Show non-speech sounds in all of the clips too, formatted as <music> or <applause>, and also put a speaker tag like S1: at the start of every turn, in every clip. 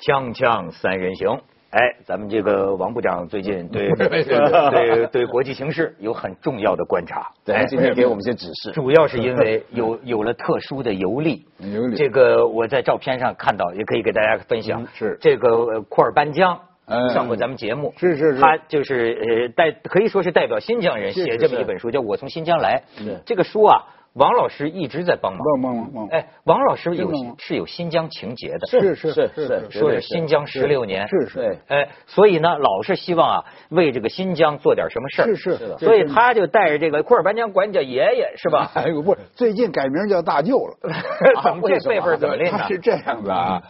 S1: 锵锵三人行。哎，咱们这个王部长最
S2: <laughs>
S1: 近对
S2: 对
S1: 对对国际形势有很重要的观察。
S2: 对
S1: 哎
S2: 他今天给我们一些指示
S1: 主要是因为有有了特殊的游历。
S2: 游历
S1: 这个我在照片上看到，也可以给大家分享。
S2: 嗯是
S1: 这个呃库尔班江。
S2: 嗯
S1: 上过咱们节目，
S2: 是是是
S1: 他就是呃代可以说是代表新疆人
S2: 是是
S1: 写这么
S2: 是
S1: 一本书，叫《我从新疆来》
S2: 是。
S1: 这个书啊，王老师一直在帮忙。
S2: 帮忙帮忙
S1: 哎，王老师有
S2: 真的吗
S1: 是有新疆情节的，
S2: 是是是是绝
S1: 说
S2: 对
S1: 是
S2: 是
S1: 新疆十六年，
S2: 是是对
S1: 哎，所以呢，老是希望啊，为这个新疆做点什么事儿，
S2: 是是是的
S1: 所以他就带着这个库尔班江管你叫爷爷是
S2: <laughs>
S1: 吧？。
S2: 哎呦，不是，最近改名叫大舅 <laughs> 了
S1: <laughs>
S2: 啊
S1: 怎么这辈分怎么练呢
S2: 他是这样的啊，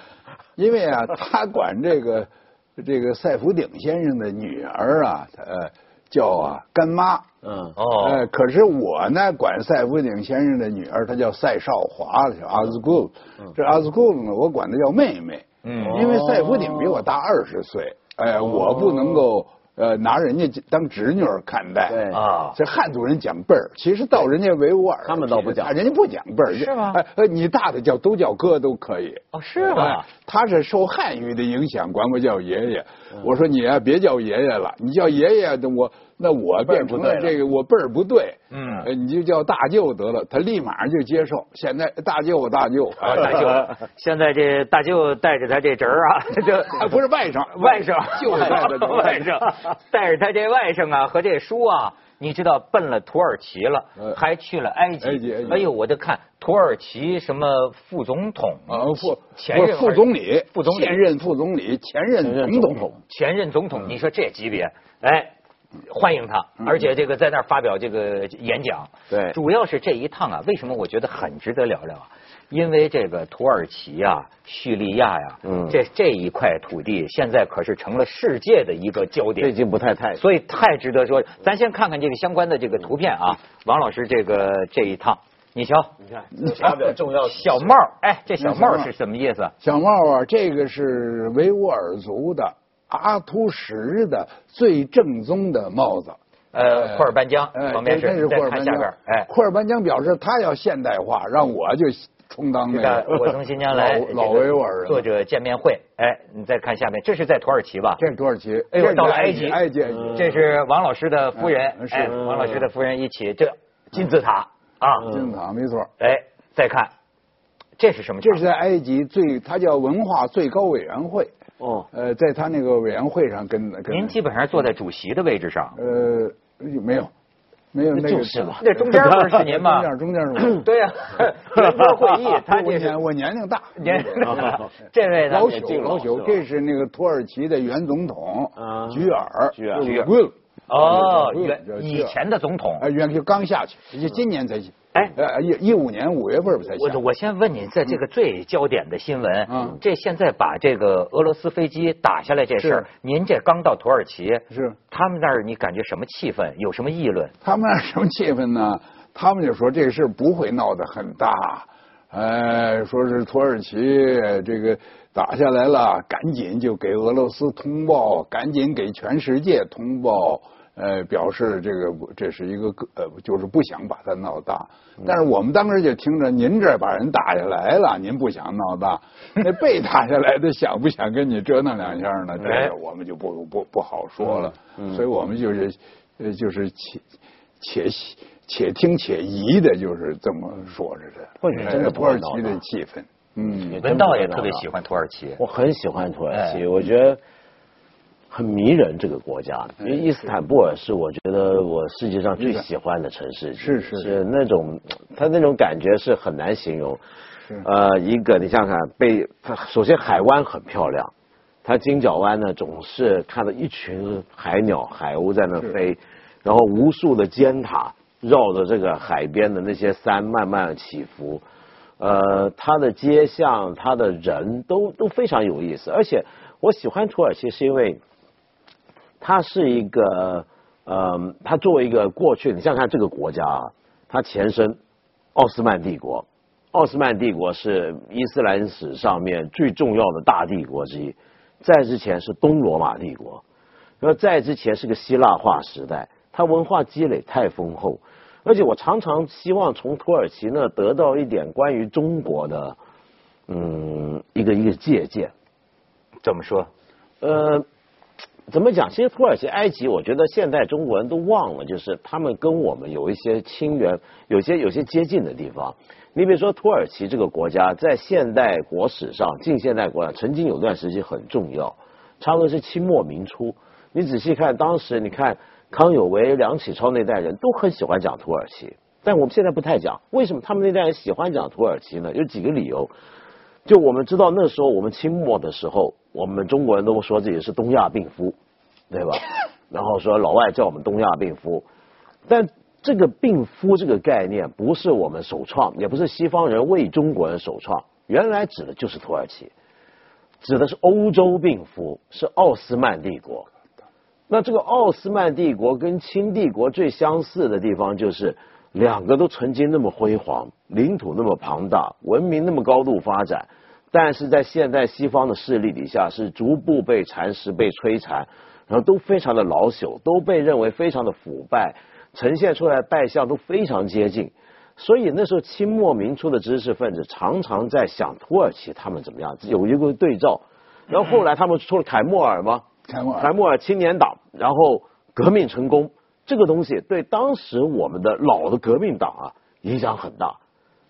S2: 因为啊，他管这个这个赛福鼎先生的女儿啊，呃，叫啊干妈。
S3: 嗯，
S1: 哦，
S2: 呃，可是我呢，管赛福鼎先生的女儿，她叫赛少华，叫阿兹古。这阿兹古呢，我管她叫妹妹。
S1: 嗯
S2: 因为赛福鼎比我大二十岁，哎，我不能够呃拿人家当侄女儿看待。
S3: 对
S1: 啊，
S2: 这汉族人讲辈儿，其实到人家维吾尔，
S3: 他们倒不讲
S2: 其实人家不讲辈儿，
S1: 是吗
S2: 哎，呃你大的叫都叫哥都可以。
S1: 哦是吗
S2: 哎？他是受汉语的影响，管我叫爷爷。
S3: 嗯
S2: 我说你啊，别叫爷爷了，你叫爷爷，那我那我变成了这个我辈儿不对，
S1: 嗯
S2: 呃，你就叫大舅得了。他立马就接受，现在大舅大
S3: <laughs>
S2: 舅，
S1: 啊大
S2: <laughs>
S1: 舅，现在这大舅带着他这侄儿啊， <laughs>
S2: 啊 <laughs>
S1: 这
S2: 不是外甥，
S1: 外甥，
S2: 舅带
S1: <laughs>
S2: 的舅
S1: 外甥，带着他这外甥啊和这叔啊，你知道奔了土耳其了，
S2: 呃
S1: 还去了埃及。
S2: 埃及埃及
S1: 哎呦，我就看土耳其什么副总统
S2: 啊副
S1: 前前
S2: 不是
S1: 任
S2: 副总理，
S1: 副总理
S2: 现任副总理，前任总统。
S1: 前任总统，你说这级别，哎，欢迎他，而且这个在那儿发表这个演讲。
S2: 哎
S3: 对
S1: 主要是这一趟啊，为什么我觉得很值得聊聊啊？因为这个土耳其啊、叙利亚呀、
S3: 嗯
S1: 这这一块土地现在可是成了世界的一个焦点
S3: 最。近不太太，
S1: 所以太值得说。咱先看看这个相关的这个图片啊，王老师这个这一趟，你瞧，
S3: 你看发表重要
S1: <laughs> 小帽儿，哎，这小帽儿是什么意思？
S2: 小帽啊，这个是维吾尔族的阿图什的最正宗的帽子。
S1: 呃，库尔班江
S2: 哎，
S1: 旁边
S2: 这真
S1: 是，
S2: 库
S1: 再
S2: 尔
S1: 看
S2: 班
S1: 下
S2: 江。
S1: 边儿，哎，
S2: 库尔班江表示他要现代化，让我就充当
S1: 这
S2: 那
S1: 个
S2: 个。
S1: 我从新疆来，
S2: 嗯老
S1: 这个
S2: 老维吾尔人
S1: 作者见面会，哎，你再看下面，这是在土耳其吧？
S2: 这是土耳其，
S1: 哎
S2: 这
S1: 呦，
S2: 是
S1: 到了埃及，嗯
S2: 埃及，
S1: 这是王老师的夫人
S2: 嗯，是嗯
S1: 哎，王老师的夫人一起，这金字塔啊，
S2: 金字塔没错。
S1: 哎，再看，这是什么？
S2: 这是在埃及最，它叫文化最高委员会。
S3: 哦，
S2: 呃，在他那个委员会上跟跟
S1: 您基本上坐在主席的位置上，
S2: 呃没有没有那个
S3: 就是嘛
S1: 那中间不是是您吗？
S2: 中间中间是我。 <laughs>
S1: 对呀、圆桌会议，他
S2: 我
S1: 这是
S2: 年我
S1: <laughs>
S2: 年龄大，
S1: 您这位呢
S2: 嗯老
S1: 也
S2: 朽
S1: 进
S2: 老朽，这是那个土耳其的原总统
S1: 嗯
S3: 啊
S2: 菊尔，
S3: 菊尔
S2: 举尔，
S1: 哦，
S2: 嗯
S1: 原
S2: 这
S1: 以前的总统
S2: 啊，，原就刚下去，就今年才，
S1: 哎
S2: 呃，一一五年五月份儿才
S1: 我
S2: 下，
S1: 我先问你，在这个最焦点的新闻，
S2: 嗯
S1: 这现在把这个俄罗斯飞机打下来这事儿
S2: 是，
S1: 您这刚到土耳其，
S2: 是
S1: 他们那儿你感觉什么气氛？有什么议论？
S2: 他们那儿什么气氛呢？他们就说这事儿不会闹得很大，呃，说是土耳其这个打下来了，赶紧就给俄罗斯通报，赶紧给全世界通报，呃，表示这个不这是一个个呃，就是不想把它闹大。但是我们当时就听着您这儿把人打下来了，您不想闹大，那被打下来的想不想跟你折腾两下呢？这
S1: 哎
S2: 个我们就不不不好说了，
S3: 嗯
S2: 所以我们就是呃就是且且且听且疑的，就是这么说着的。
S3: 或者真的
S2: 呃
S3: 不
S2: 土
S3: 会
S2: 耳
S3: 闹
S2: 其
S3: 的
S2: 的气氛，嗯，
S1: 文道也特别喜欢土耳其，
S3: 我很喜欢土耳
S1: 哎
S3: 其，我觉得很迷人这个国家。
S1: 哎
S3: 因为伊斯坦布尔是我觉得我世界上最喜欢的城市，
S2: 是是
S3: 是那种它那种感觉是很难形容。呃，一个你想想看，被它首先海湾很漂亮，它金角湾呢总是看到一群海鸟、海鸥在那飞，然后无数的尖塔绕着这个海边的那些山慢慢起伏。呃，它的街巷、它的人都都非常有意思，而且我喜欢土耳其是因为它是一个，嗯，它作为一个过去，你想想看这个国家啊，它前身奥斯曼帝国，奥斯曼帝国是伊斯兰史上面最重要的大帝国之一，在之前是东罗马帝国，然后在之前是个希腊化时代，它文化积累太丰厚，而且我常常希望从土耳其呢得到一点关于中国的，嗯，一个一个借鉴。
S1: 怎么说？
S3: 呃，怎么讲？其实土耳其、埃及，我觉得现在中国人都忘了，就是他们跟我们有一些亲缘，有些有些接近的地方。你比如说，土耳其这个国家在现代国史上、近现代国家曾经有段时期很重要，差不多是清末民初。你仔细看，当时你看康有为、梁启超那代人都很喜欢讲土耳其，但我们现在不太讲。为什么他们那代人喜欢讲土耳其呢？有几个理由。就我们知道那时候我们清末的时候，我们中国人都说自己是东亚病夫，对吧？然后说老外叫我们东亚病夫，但这个病夫这个概念不是我们首创，也不是西方人为中国人首创，原来指的就是土耳其，指的是欧洲病夫，是奥斯曼帝国。那这个奥斯曼帝国跟清帝国最相似的地方就是。两个都曾经那么辉煌，领土那么庞大，文明那么高度发展，但是在现代西方的势力底下，是逐步被蚕食、被摧残，然后都非常的老朽，都被认为非常的腐败，呈现出来败相都非常接近。所以那时候清末民初的知识分子常常在想土耳其他们怎么样，有一个对照。然后后来他们出了凯末尔嘛，
S2: 凯末尔，
S3: 凯末尔青年党，然后革命成功。这个东西对当时我们的老的革命党啊影响很大，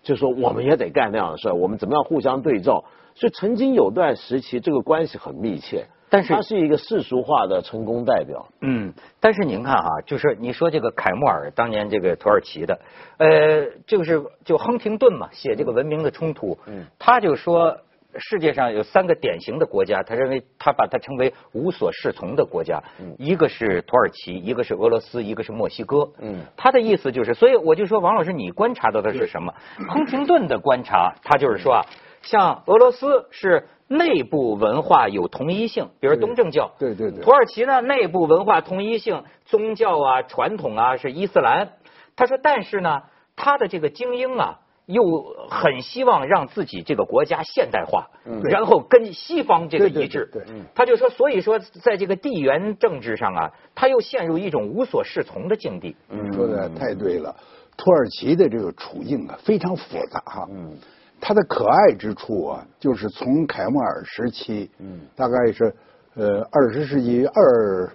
S3: 就说我们也得干那样的事儿，我们怎么样互相对照？所以曾经有段时期，这个关系很密切。
S1: 但是
S3: 它是一个世俗化的成功代表。
S1: 嗯，但是您看啊，就是你说这个凯末尔当年这个土耳其的，呃，就是就亨廷顿嘛，写这个《文明的冲突》，嗯，他就说。世界上有三个典型的国家，他认为他把它称为无所适从的国家，
S2: 嗯
S1: 一个是土耳其，一个是俄罗斯，一个是墨西哥。嗯，他的意思就是，所以我就说，王老师，你观察到的是什么？亨廷顿的观察，他就是说
S2: 嗯
S1: 啊，像俄罗斯是内部文化有同一性，比如东正教。
S2: 对对对。
S1: 土耳其呢，内部文化同一性，宗教啊、传统啊是伊斯兰。他说，但是呢，他的这个精英啊。又很希望让自己这个国家现代化，
S3: 嗯
S1: 然后跟西方这个一致。他就说，所以说，在这个地缘政治上啊，他又陷入一种无所适从的境地。
S3: 嗯
S2: 你说的太对了，土耳其的这个处境啊非常复杂哈。嗯，它的可爱之处啊，就是从凯末尔时期，嗯，大概是呃二十世纪二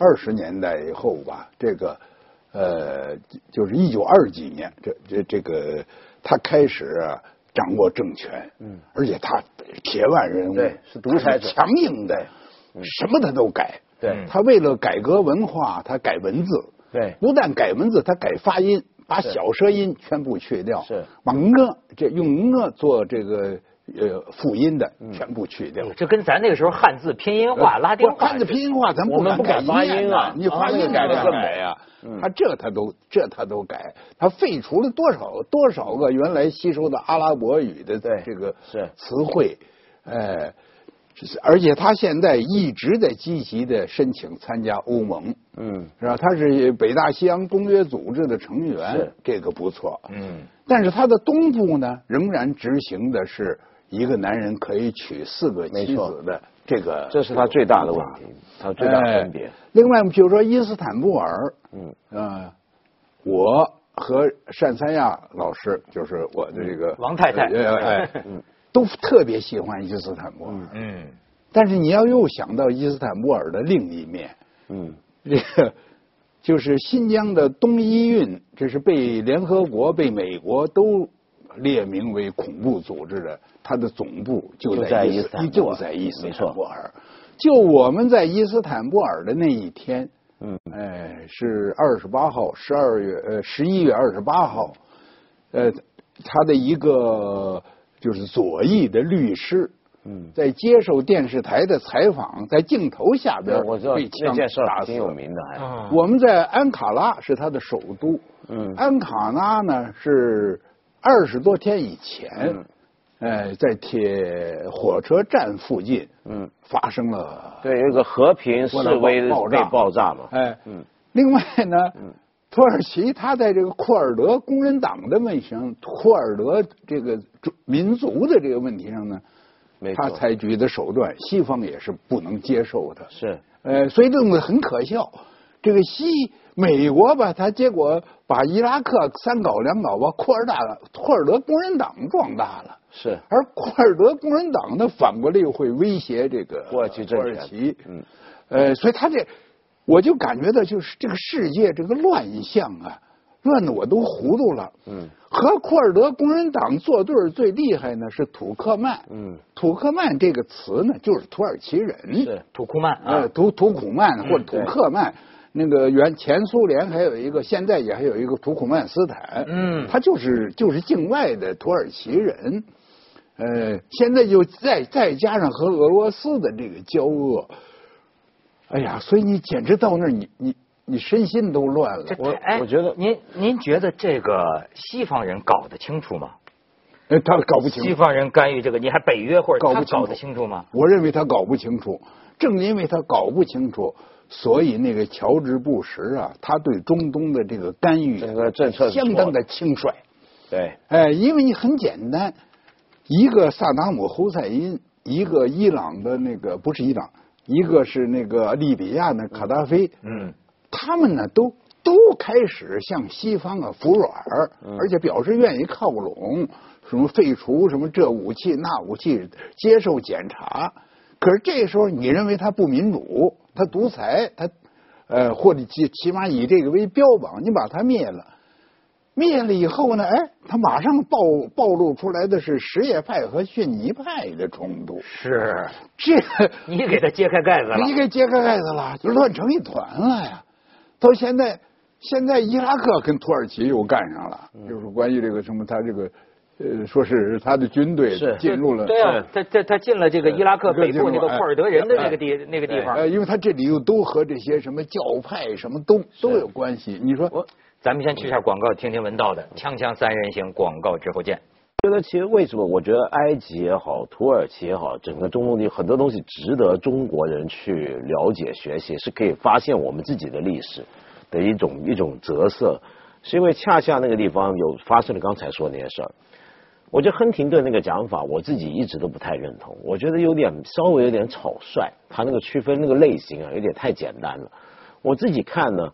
S2: 二十年代以后吧，这个呃就是一九二几年，这这这个。他开始掌握政权，嗯，而且他铁腕人物，
S3: 对，是独裁者，嗯
S2: 强硬的，什么他都改。
S3: 对，
S2: 他为了改革文化，他改文字，
S3: 对，
S2: 不但改文字，他改发音，把小舌音全部去掉，
S3: 是，
S2: 把呃这用呃做这个呃辅音的
S3: 嗯
S2: 全部去掉。
S1: 这跟咱那个时候汉字拼音
S3: 呃
S1: 化、拉丁
S2: 汉字拼音化，咱
S3: 我们
S2: 不敢
S3: 发
S2: 音
S3: 啊，
S2: 你发音
S3: 改啊嗯
S2: 不改呀？他这他都这他都改，他废除了多少多少个原来吸收的阿拉伯语的这个
S3: 是
S2: 词汇，哎、呃，而且他现在一直在积极的申请参加欧盟，
S3: 嗯，
S2: 是吧？他是北大西洋公约组织的成员
S3: 是，
S2: 这个不错，
S1: 嗯，
S2: 但是他的东部呢，仍然执行的是一个男人可以娶四个妻
S3: 没错
S2: 子的这个，
S3: 这是他最大的问题，他最大的分
S2: 嗯
S3: 别。
S2: 哎另外，比如说伊斯坦布尔，嗯，呃，我和单三亚老师，就是我的这个
S1: 王太太
S2: 呃哎，
S3: <laughs>
S2: 都特别喜欢伊斯坦布尔。
S1: 嗯，
S2: 但是你要又想到伊斯坦布尔的另一面，
S3: 嗯，
S2: 这个 <laughs> 就是新疆的东伊运，这是被联合国、被美国都列明为恐怖组织的，它的总部就
S3: 就在
S2: 伊
S3: 伊
S2: 斯
S3: 斯坦布
S2: 就
S3: 尔
S2: 在伊斯
S3: 没
S2: 坦
S3: 错
S2: 布尔。就我们在伊斯坦布尔的那一天，嗯，哎，是二十八号，十二月呃十一月二十八号，呃，他的一个就是左翼的律师，嗯，在接受电视台的采访，在镜头下边
S3: 我知道
S2: 被
S3: 那
S2: 枪
S3: 件事儿
S2: 打死啊
S3: 挺有名的，还
S2: 我们在安卡拉是它的首都，嗯，安卡拉呢是二十多天以前，
S3: 嗯
S2: 呃，在铁火车站附近，嗯，发生了，
S3: 对，有一个和平示威
S2: 爆
S3: 被
S2: 炸
S3: 爆炸嘛，嗯
S2: 哎，嗯，另外呢，土耳其它在这个库尔德工人党的问题上，库尔德这个种民族的这个问题上呢，
S3: 没
S2: 他
S3: 错，
S2: 采取的手段，西方也是不能接受的，
S3: 是
S2: 呃，所以这种很可笑。这个西美国吧，他结果把伊拉克三搞两搞吧，库尔达库尔德工人党壮大了。
S3: 是
S2: 而库尔德工人党呢，反过来又会威胁这个
S3: 土耳其政
S2: 土耳
S3: 权
S2: 其
S3: 嗯，
S2: 呃，所以他这，我就感觉到就是这个世界这个乱象啊，乱的我都糊涂了。
S3: 嗯，
S2: 和库尔德工人党作对儿最厉害呢是土克曼。
S3: 嗯，
S2: 土克曼这个词呢，就是土耳其人。
S3: 是
S1: 土库曼啊嗯
S2: 呃，，土土库曼或者土克曼，那个原前苏联还有一个，现在也还有一个土库曼斯坦，
S1: 嗯
S2: 他就是就是境外的土耳其人，呃，现在就再再加上和俄罗斯的这个交恶，哎呀，所以你简直到那儿你你你身心都乱了
S1: 这，
S3: 呃我
S1: 哎
S3: 我觉得
S1: 您您觉得这个西方人搞得清楚吗？
S2: 呃他搞不清楚
S1: 西。方人干预这个，你还北约或者
S2: 搞
S1: 他
S2: 不清
S1: 搞
S2: 楚
S1: 得清楚
S3: 啊
S1: 吗？
S2: 我认为他搞不清楚，正因为他搞不清楚，所以那个乔治布什啊，他对中东的这个干预
S3: 这个政策是
S2: 相当的轻率。
S3: 对，
S2: 哎，因为你很简单，一个萨达姆侯赛因，一个伊朗的那个不是伊朗，一个是那个利比亚的卡达菲，
S1: 嗯，
S2: 他们呢都都开始向西方啊服软儿，而且表示愿意靠拢，什么废除什么这武器那武器，接受检查。可是这时候你认为他不民主，他独裁，他呃或者起起码以这个为标榜，你把他灭了。灭了以后呢，哎，他马上暴暴露出来的是什叶派和逊尼派的冲突，
S1: 是，啊
S2: 这个
S1: 你给他揭开盖子了
S2: 你。给揭开盖子了，就乱成一团了呀！到现在，现在伊拉克跟土耳其又干上了，就是关于这个什么，他这个呃，说是他的军队
S3: 是
S2: 进入了
S1: 对啊，他他他进了这个伊拉克北部那个库尔德人的
S2: 哎
S1: 那个地那个地方
S2: 呃，。因为他这里又都和这些什么教派什么都都有关系。你说
S1: 咱们先去一下广告，听听文道的《锵锵三人行》广告之后见。
S3: 觉得其实为什么？我觉得埃及也好，土耳其也好，整个中东地很多东西值得中国人去了解学习，是可以发现我们自己的历史的一种一种折射，是因为恰恰那个地方有发生了刚才说那些事儿。我觉得亨廷顿那个讲法，我自己一直都不太认同，我觉得有点稍微有点草率，他那个区分那个类型啊，有点太简单了。我自己看呢，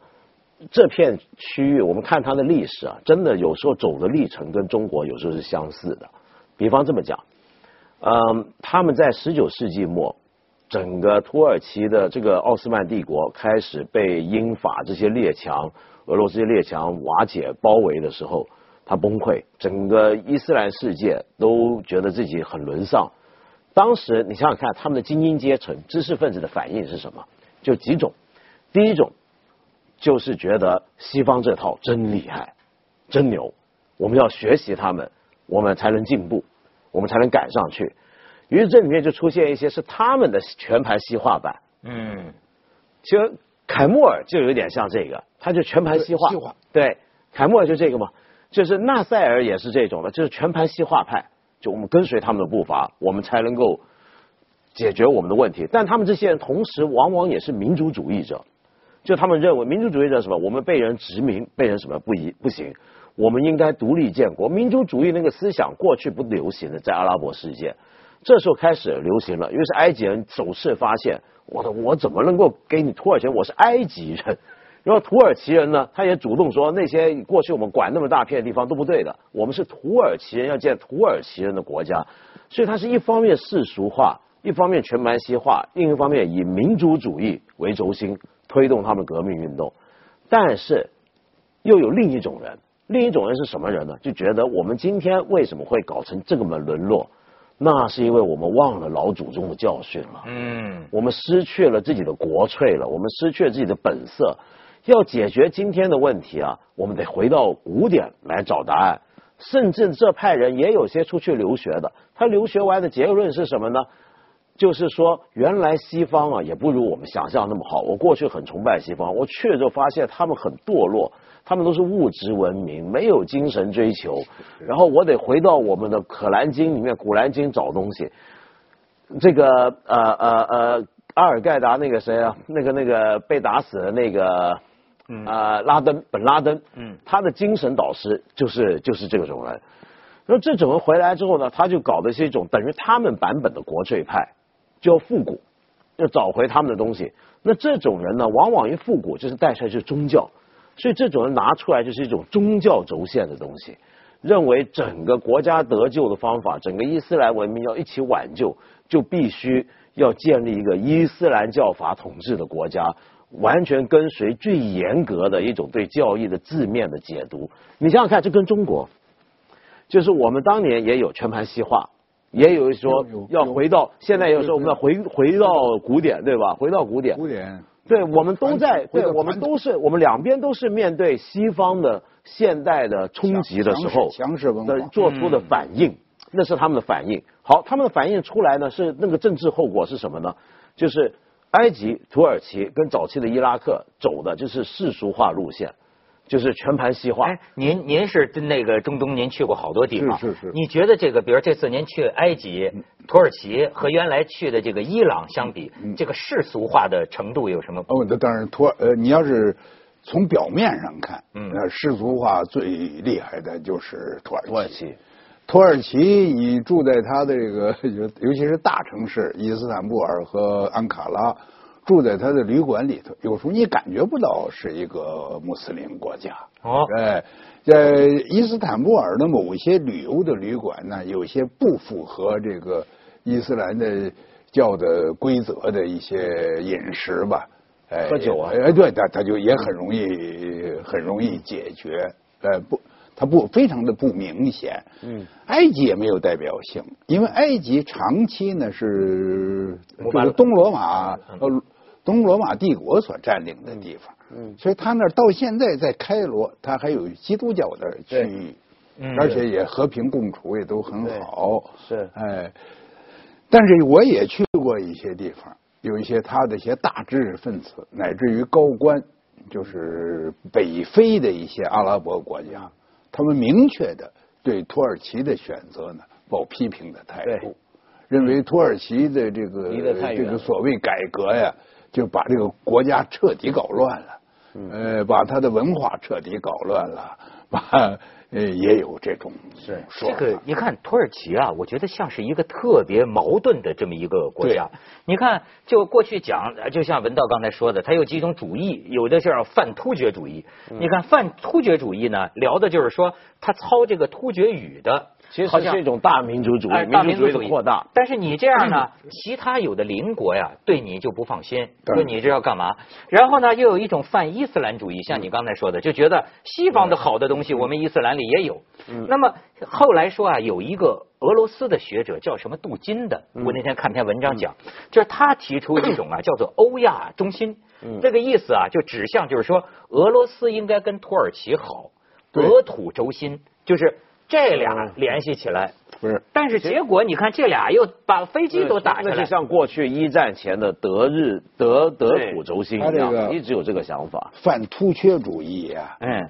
S3: 这片区域，我们看它的历史啊，真的有时候走的历程跟中国有时候是相似的。比方这么讲，嗯，他们在十九世纪末，整个土耳其的这个奥斯曼帝国开始被英法这些列强、俄罗斯这些列强瓦解包围的时候，它崩溃，整个伊斯兰世界都觉得自己很沦丧。当时你想想看，他们的精英阶层、知识分子的反应是什么？就几种，第一种就是觉得西方这套真厉害，真牛，我们要学习他们，我们才能进步，我们才能赶上去。于是这里面就出现一些是他们的全盘西化版，
S1: 嗯，
S3: 其实凯末尔就有点像这个，他就全盘西化。
S2: 西化
S3: 对，凯末尔就这个嘛，就是纳赛尔也是这种的，就是全盘西化派，就我们跟随他们的步伐，我们才能够解决我们的问题。但他们这些人同时往往也是民族主义者，就他们认为民族主义者是什么，我们被人殖民，被人什么不一不行，我们应该独立建国。民族主义那个思想过去不流行的，在阿拉伯世界，这时候开始流行了，因为是埃及人首次发现，我的我怎么能够给你土耳其人？我是埃及人。 <laughs> 然后土耳其人呢，他也主动说，那些过去我们管那么大片的地方都不对的，我们是土耳其人，要建土耳其人的国家。所以它是一方面世俗化，一方面全盘西化，另一方面以民族主义为轴心推动他们革命运动。但是又有另一种人，另一种人是什么人呢？就觉得我们今天为什么会搞成这么沦落？那是因为我们忘了老祖宗的教训了。
S1: 嗯，
S3: 我们失去了自己的国粹了，我们失去了自己的本色。要解决今天的问题啊，我们得回到古典来找答案。甚至这派人也有些出去留学的，他留学完的结论是什么呢？就是说，原来西方啊也不如我们想象那么好。我过去很崇拜西方，我去了之后发现他们很堕落，他们都是物质文明，没有精神追求。然后我得回到我们的《可兰经》里面，《古兰经》找东西。这个呃呃呃，阿尔盖达那个谁啊，那个那个被打死的那个，呃，拉登本拉登，
S1: 嗯
S3: 他的精神导师就是就是这种人。然后这种人回来之后呢，他就搞的是一种等于他们版本的国粹派，叫复古。要找回他们的东西。那这种人呢，往往一复古就是带出来就是宗教，所以这种人拿出来就是一种宗教轴线的东西，认为整个国家得救的方法，整个伊斯兰文明要一起挽救，就必须要建立一个伊斯兰教法统治的国家。完全跟随最严格的一种对教义的字面的解读，你想想看，这跟中国就是我们当年也有全盘西化，也有说
S2: 有有
S3: 要回到现在，也有说我们要呃回回到古典，对吧？回到古典，
S2: 古典
S3: 对，我们都在，
S2: 回
S3: 对
S2: 到
S3: 我们都是，我们两边都是面对西方的现代的冲击的时候，
S2: 强强势文化
S3: 的做出的反应，那是他们的反应。好，他们的反应出来呢，是那个政治后果是什么呢？就是埃及、土耳其跟早期的伊拉克走的就是世俗化路线，就是全盘西化。
S1: 哎，您您是那个中东，您去过好多地方，
S2: 是是嗯是
S1: 你觉得这个，比如这次您去埃及、土耳其和原来去的这个伊朗相比，
S2: 嗯
S1: 这个世俗化的程度有什么？
S2: 哦，那当然，托呃，你要是从表面上看，
S1: 嗯
S2: 呃，世俗化最厉害的就是土耳其。
S3: 土耳其，
S2: 土耳其，你住在它的这个， <laughs> 尤尤其是大城市伊斯坦布尔和安卡拉，住在它的旅馆里头，有时候你感觉不到是一个穆斯林国家。
S1: 哦，
S2: 哎，在伊斯坦布尔的某些旅游的旅馆呢，有些不符合这个伊斯兰的教的规则的一些饮食吧，哎，
S3: 喝酒啊
S2: 哎，对，他他就也很容易很容易解决，呃，不，他不非常的不明显。
S3: 嗯，
S2: 埃及也没有代表性，因为埃及长期呢是
S1: 我
S2: 就
S1: 把
S2: 是东罗马呃东罗马帝国所占领的地方。
S3: 嗯，
S2: 所以他那儿到现在在开罗，他还有基督教的区域，
S1: 嗯
S2: 而且也和平共处，也都很好。
S3: 对是
S2: 哎，但是我也去过一些地方，有一些他的一些大知识分子，乃至于高官，就是北非的一些阿拉伯国家，
S3: 嗯
S2: 他们明确的对土耳其的选择呢抱批评的态
S3: 对
S2: 度，认为土耳其的这个
S3: 离得太远
S2: 这个所谓改革呀，就把这个国家彻底搞乱了，呃，把他的文化彻底搞乱了，把呃也有这种
S3: 是
S2: 说
S1: 这
S2: 法。
S1: 个你看土耳其啊，我觉得像是一个特别矛盾的这么一个国家。你看，就过去讲，呃就像文道刚才说的，它有几种主义，有的是泛突厥主义。
S3: 嗯
S1: 你看泛突厥主义呢，聊的就是说他操这个突厥语的，
S3: 其
S1: 好
S3: 实
S1: 像
S3: 是一种大民族主义，
S1: 哎大民
S3: 民族
S1: 族
S3: 主义的扩大。
S1: 但是你这样
S3: <clears throat>
S1: 呢，其他有的邻国呀，对你就不放心，
S2: 对
S1: 说你这要干嘛？然后呢，又有一种泛伊斯兰主义，像你刚才说的，就觉得西方的好的
S3: 嗯
S1: 东西，我们伊斯兰里也有。那么后来说啊，有一个俄罗斯的学者叫什么杜金的，
S3: 嗯
S1: 我那天看篇文章讲，就是他提出一种啊，叫做欧亚中心，
S3: 嗯
S1: 这个意思啊，就指向就是说俄罗斯应该跟土耳其好，
S2: 对
S1: 俄土轴心，就是这
S3: 嗯
S1: 俩联系起来。
S2: 不是
S1: 但是结果你看，这俩又把飞机都打下
S3: 那就
S1: 来。
S3: 像过去一战前的德日德德
S1: 对
S3: 土轴心
S2: 他
S3: 一
S2: 这
S3: 样，
S2: 个
S3: 一直有这个想法。
S2: 反突厥主义啊，
S1: 嗯，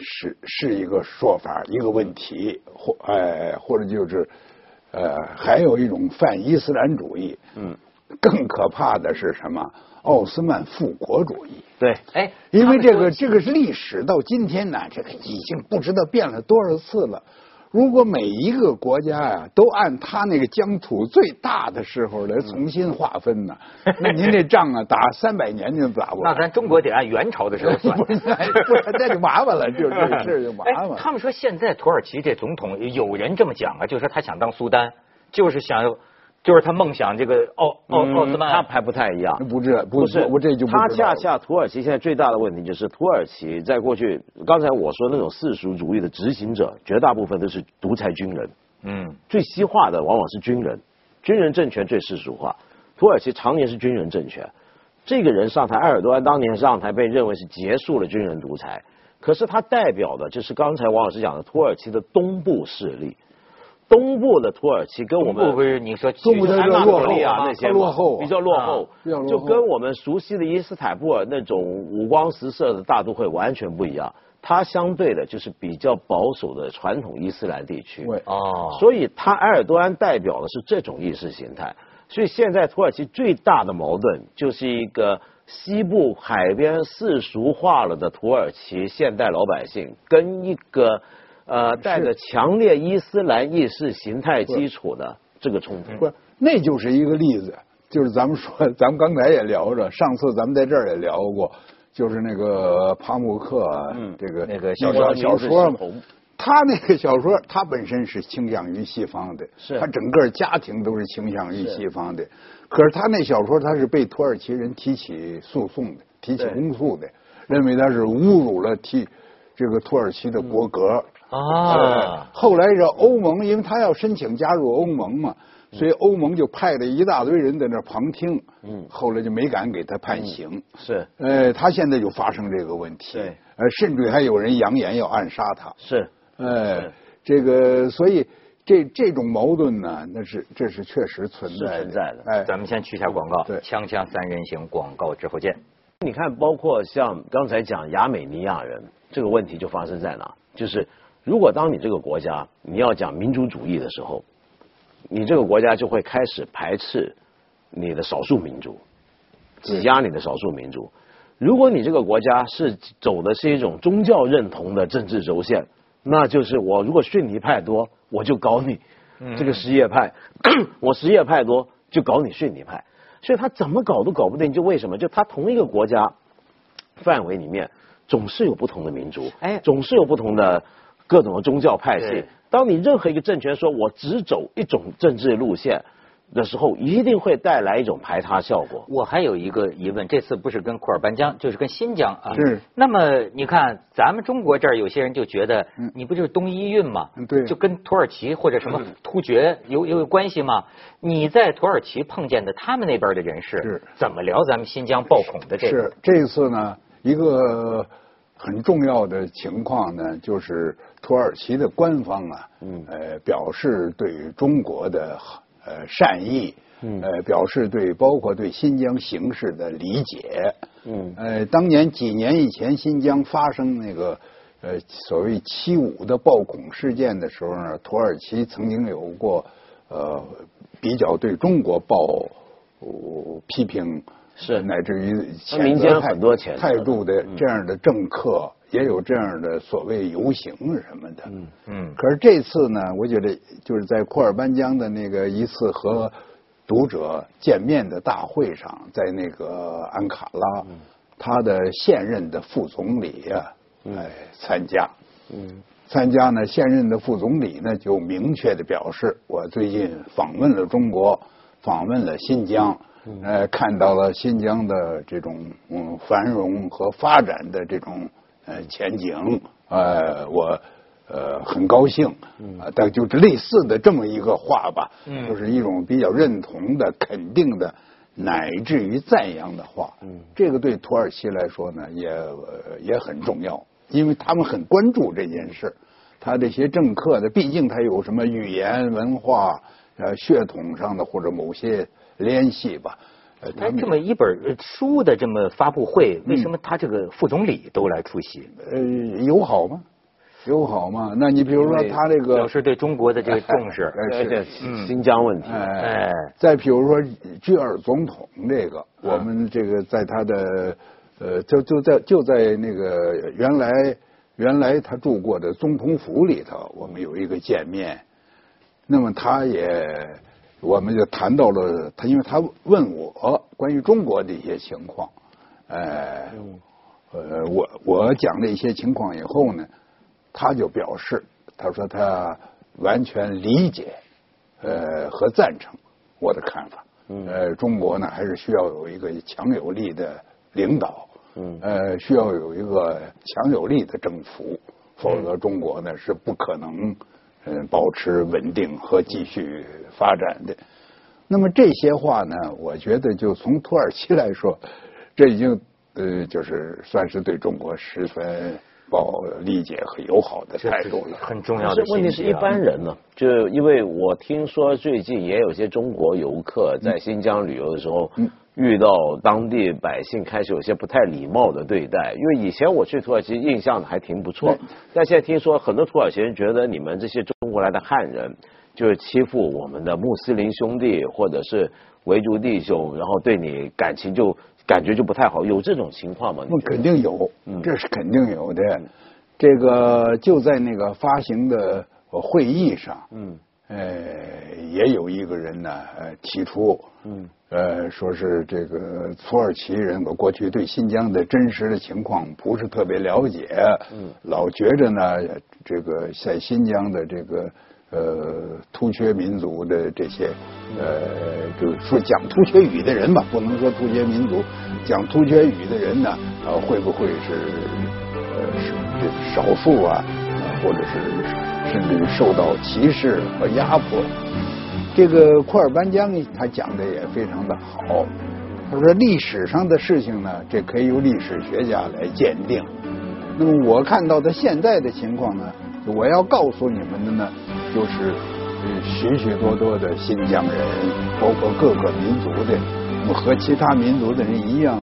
S2: 是是一个说法，一个问题，或哎、或者就是，呃，还有一种泛伊斯兰主义。嗯，更可怕的是什么？奥斯曼复国主义。
S3: 对，
S1: 哎，
S2: 因为这
S1: 他们
S2: 个这个是历史到今天呢，这个已经不知道变了多少次了。如果每一个国家呀、都按他那个疆土最大的时候
S1: 嗯
S2: 来重新划分呢，那您这仗啊打三百年就打不
S1: 说，那
S2: 完。
S1: 咱中国得按元朝的时候算。<laughs>
S2: <laughs> 不是，不是，那就麻烦了，就这个事儿就麻
S1: 哎
S2: 烦，了。
S1: 他们说现在土耳其这总统有人这么讲啊，就说他想当苏丹，就是想，就是他梦想这个奥奥奥斯
S3: 嗯他
S1: 曼。
S3: 还不太一样。
S2: 不是，不
S3: 不
S2: 是
S3: 是，，
S2: 我这就不
S3: 他
S2: 知道
S3: 恰
S2: 了
S3: 恰土耳其现在最大的问题就是土耳其在过去，刚才我说那种世俗主义的执行者，绝大部分都是独裁军人，
S1: 嗯，
S3: 最西化的往往是军人，军人政权最世俗化。土耳其常年是军人政权，这个人上台，埃尔多安当年上台被认为是结束了军人独裁，可是他代表的就是刚才王老师讲的土耳其的东部势力，东部的土耳其跟我
S1: 中
S3: 们
S1: 国不是你说
S2: 中国的
S1: 安
S2: 这
S1: 纳
S2: 落
S1: 罗
S2: 后
S1: 利
S3: 利
S1: 啊
S3: 啊
S2: 啊
S3: 那些
S2: 它落后啊
S3: 比较落后
S2: 比较，落后
S3: 就跟我们熟悉的伊斯坦布尔那种五光十色的大都会完全不一样。它相对的就是比较保守的传统伊斯兰地区，
S2: 对
S1: 哦，
S3: 所以他埃尔多安代表的是这种意识形态。所以现在土耳其最大的矛盾就是一个西部海边世俗化了的土耳其现代老百姓，跟一个呃带着强烈伊斯兰意识形态基础的这个冲突。
S2: 不是，那就是一个例子。就是咱们说，咱们刚才也聊着，上次咱们在这儿也聊过，就是那个帕慕克，啊
S1: 嗯
S2: 这个
S1: 那个
S2: 小
S1: 小说
S2: 说小说嘛
S3: 名字是红，
S2: 他那个小说，他本身是倾向于西方的，
S3: 是
S2: 他整个家庭都是倾向于西方的，可是他那小说他是被土耳其人提起诉讼的，提起
S1: 对
S2: 公诉的，认为他是侮辱了提这个土耳其的国格。哎
S3: 嗯
S1: 啊，
S2: 后来是欧盟，因为他要申请加入欧盟嘛，
S3: 嗯
S2: 所以欧盟就派了一大堆人在那儿旁听。嗯，后来就没敢给他判刑。
S3: 是
S2: 呃，他现在就发生这个问题。
S3: 嗯对
S2: 呃，甚至还有人扬言要暗杀他。
S3: 是，
S2: 哎，这个，所以这这种矛盾呢，那是这是确实存在的。
S3: 是存在的
S2: 哎，
S1: 咱们先去一下广告，
S2: 对
S1: 锵锵三人行广告之后见。
S3: 你看，包括像刚才讲亚美尼亚人这个问题就发生在哪？就是如果当你这个国家你要讲民族主义的时候，你这个国家就会开始排斥你的少数民族，挤压你的少数民族。如果你这个国家是走的是一种宗教认同的政治轴线，那就是我如果逊尼派多，我就搞你
S1: 嗯
S3: 这个什叶派； <clears throat> 我什叶派多，就搞你逊尼派。所以他怎么搞都搞不定，就为什么？就他同一个国家范围里面，总是有不同的民族，
S1: 哎
S3: 总是有不同的各种的宗教派系
S1: 对。
S3: 当你任何一个政权说我只走一种政治路线的时候，一定会带来一种排他效果。
S1: 我还有一个疑问，这次不是跟库尔班江，就是跟新疆啊。
S2: 是
S1: 那么你看，咱们中国这儿有些人就觉得
S2: 嗯，
S1: 你不就是东伊运吗
S2: 嗯？对嗯
S1: 就跟土耳其或者什么突厥有有有关系吗？你在土耳其碰见的他们那边的人士
S2: 是，
S1: 怎么聊咱们新疆暴恐的这个？
S2: 是这次呢，一个很重要的情况呢，就是土耳其的官方啊，嗯，呃，表示对中国的呃善意，嗯，呃，表示对包括对新疆形势的理解，
S3: 嗯，
S2: 呃，当年几年以前新疆发生那个。呃，所谓七五的暴恐事件的时候呢，土耳其曾经有过呃比较对中国抱、呃批评，
S3: 是
S2: 乃至于谴责
S3: 民间很多嗯谴责
S2: 态度的这样的政客，也有这样的所谓游行什么的。嗯
S1: 嗯，
S2: 可是这次呢，我觉得就是在库尔班江的那个一次和读者见面的大会上，在那个安卡拉，
S3: 嗯
S2: 他的现任的副总理呀、
S3: 嗯
S2: 哎，参加。参加呢，现任的副总理呢就明确的表示，我最近访问了中国，访问了新疆，呃，看到了新疆的这种嗯繁荣和发展的这种呃前景，呃，我呃很高兴，啊、但就是类似的这么一个话吧，
S1: 嗯
S2: 就是一种比较认同的、肯定的。乃至于赞扬的话，
S1: 嗯
S2: 这个对土耳其来说呢，也、呃也很重要，因为他们很关注这件事。他这些政客呢，毕竟他有什么语言、文化、呃血统上的或者某些联系吧，呃，他
S1: 哎，
S2: 们
S1: 这么一本呃书的这么发布会，
S2: 嗯
S1: 为什么他这个副总理都来出席？
S2: 呃友好吗？友好吗？那你比如说他这
S1: 表
S2: 个，
S1: 示对中国的这个重视。
S2: <laughs> 哎
S3: 而
S2: 是
S3: 且新疆问题，
S2: 哎
S1: 哎，
S2: 再比如说居尔总统这个，我们这个在他的呃，就就在就在那个原来原来他住过的总统府里头，我们有一个见面。那么他也，我们就谈到了他，因为他问我关于中国的一些情况，呃，呃，我我讲了一些情况以后呢，他就表示，他说他完全理解，呃和赞成我的看法。
S3: 嗯
S2: 呃，中国呢还是需要有一个强有力的领导，嗯，呃，需要有一个强有力的政府，否
S3: 嗯
S2: 则中国呢是不可能，嗯，保持稳定和继续发展的。那么这些话呢，我觉得就从土耳其来说，这已经呃，就是算是对中国十分抱理解和友好的态度了。
S1: 很重要
S3: 但
S1: 的信
S3: 是
S1: 息啊。
S3: 问题是一般人呢，就因为我听说最近也有些中国游客在新疆旅游的时候，
S1: 嗯
S3: 遇到当地百姓开始有些不太礼貌的对待。因为以前我去土耳其印象还挺不错
S2: 嗯，
S3: 但现在听说很多土耳其人觉得你们这些中国来的汉人就是欺负我们的穆斯林兄弟或者是维族弟兄，然后对你感情就感觉就不太好，有这种情况吗？你
S2: 那
S3: 觉得
S2: 肯定有，这是肯定有的。这个就在那个发行的呃会议上，嗯，呃，也有一个人呢，呃，提出，嗯，呃，说是这个土耳其人，我过去对新疆的真实的情况不是特别了解，嗯，老觉着呢，这个在新疆的这个呃突厥民族的这些，呃，就是说讲突厥语的人吧，不能说突厥民族，讲突厥语的人呢，啊、会不会是呃是这少数啊，啊或者是？甚至受到歧视和压迫。这个库尔班江他讲的也非常的好，他说历史上的事情呢，这可以由历史学家来鉴定。那么我看到的现在的情况呢，我要告诉你们的呢，就是呃许许多多的新疆人，包括各个民族的，和其他民族的人一样，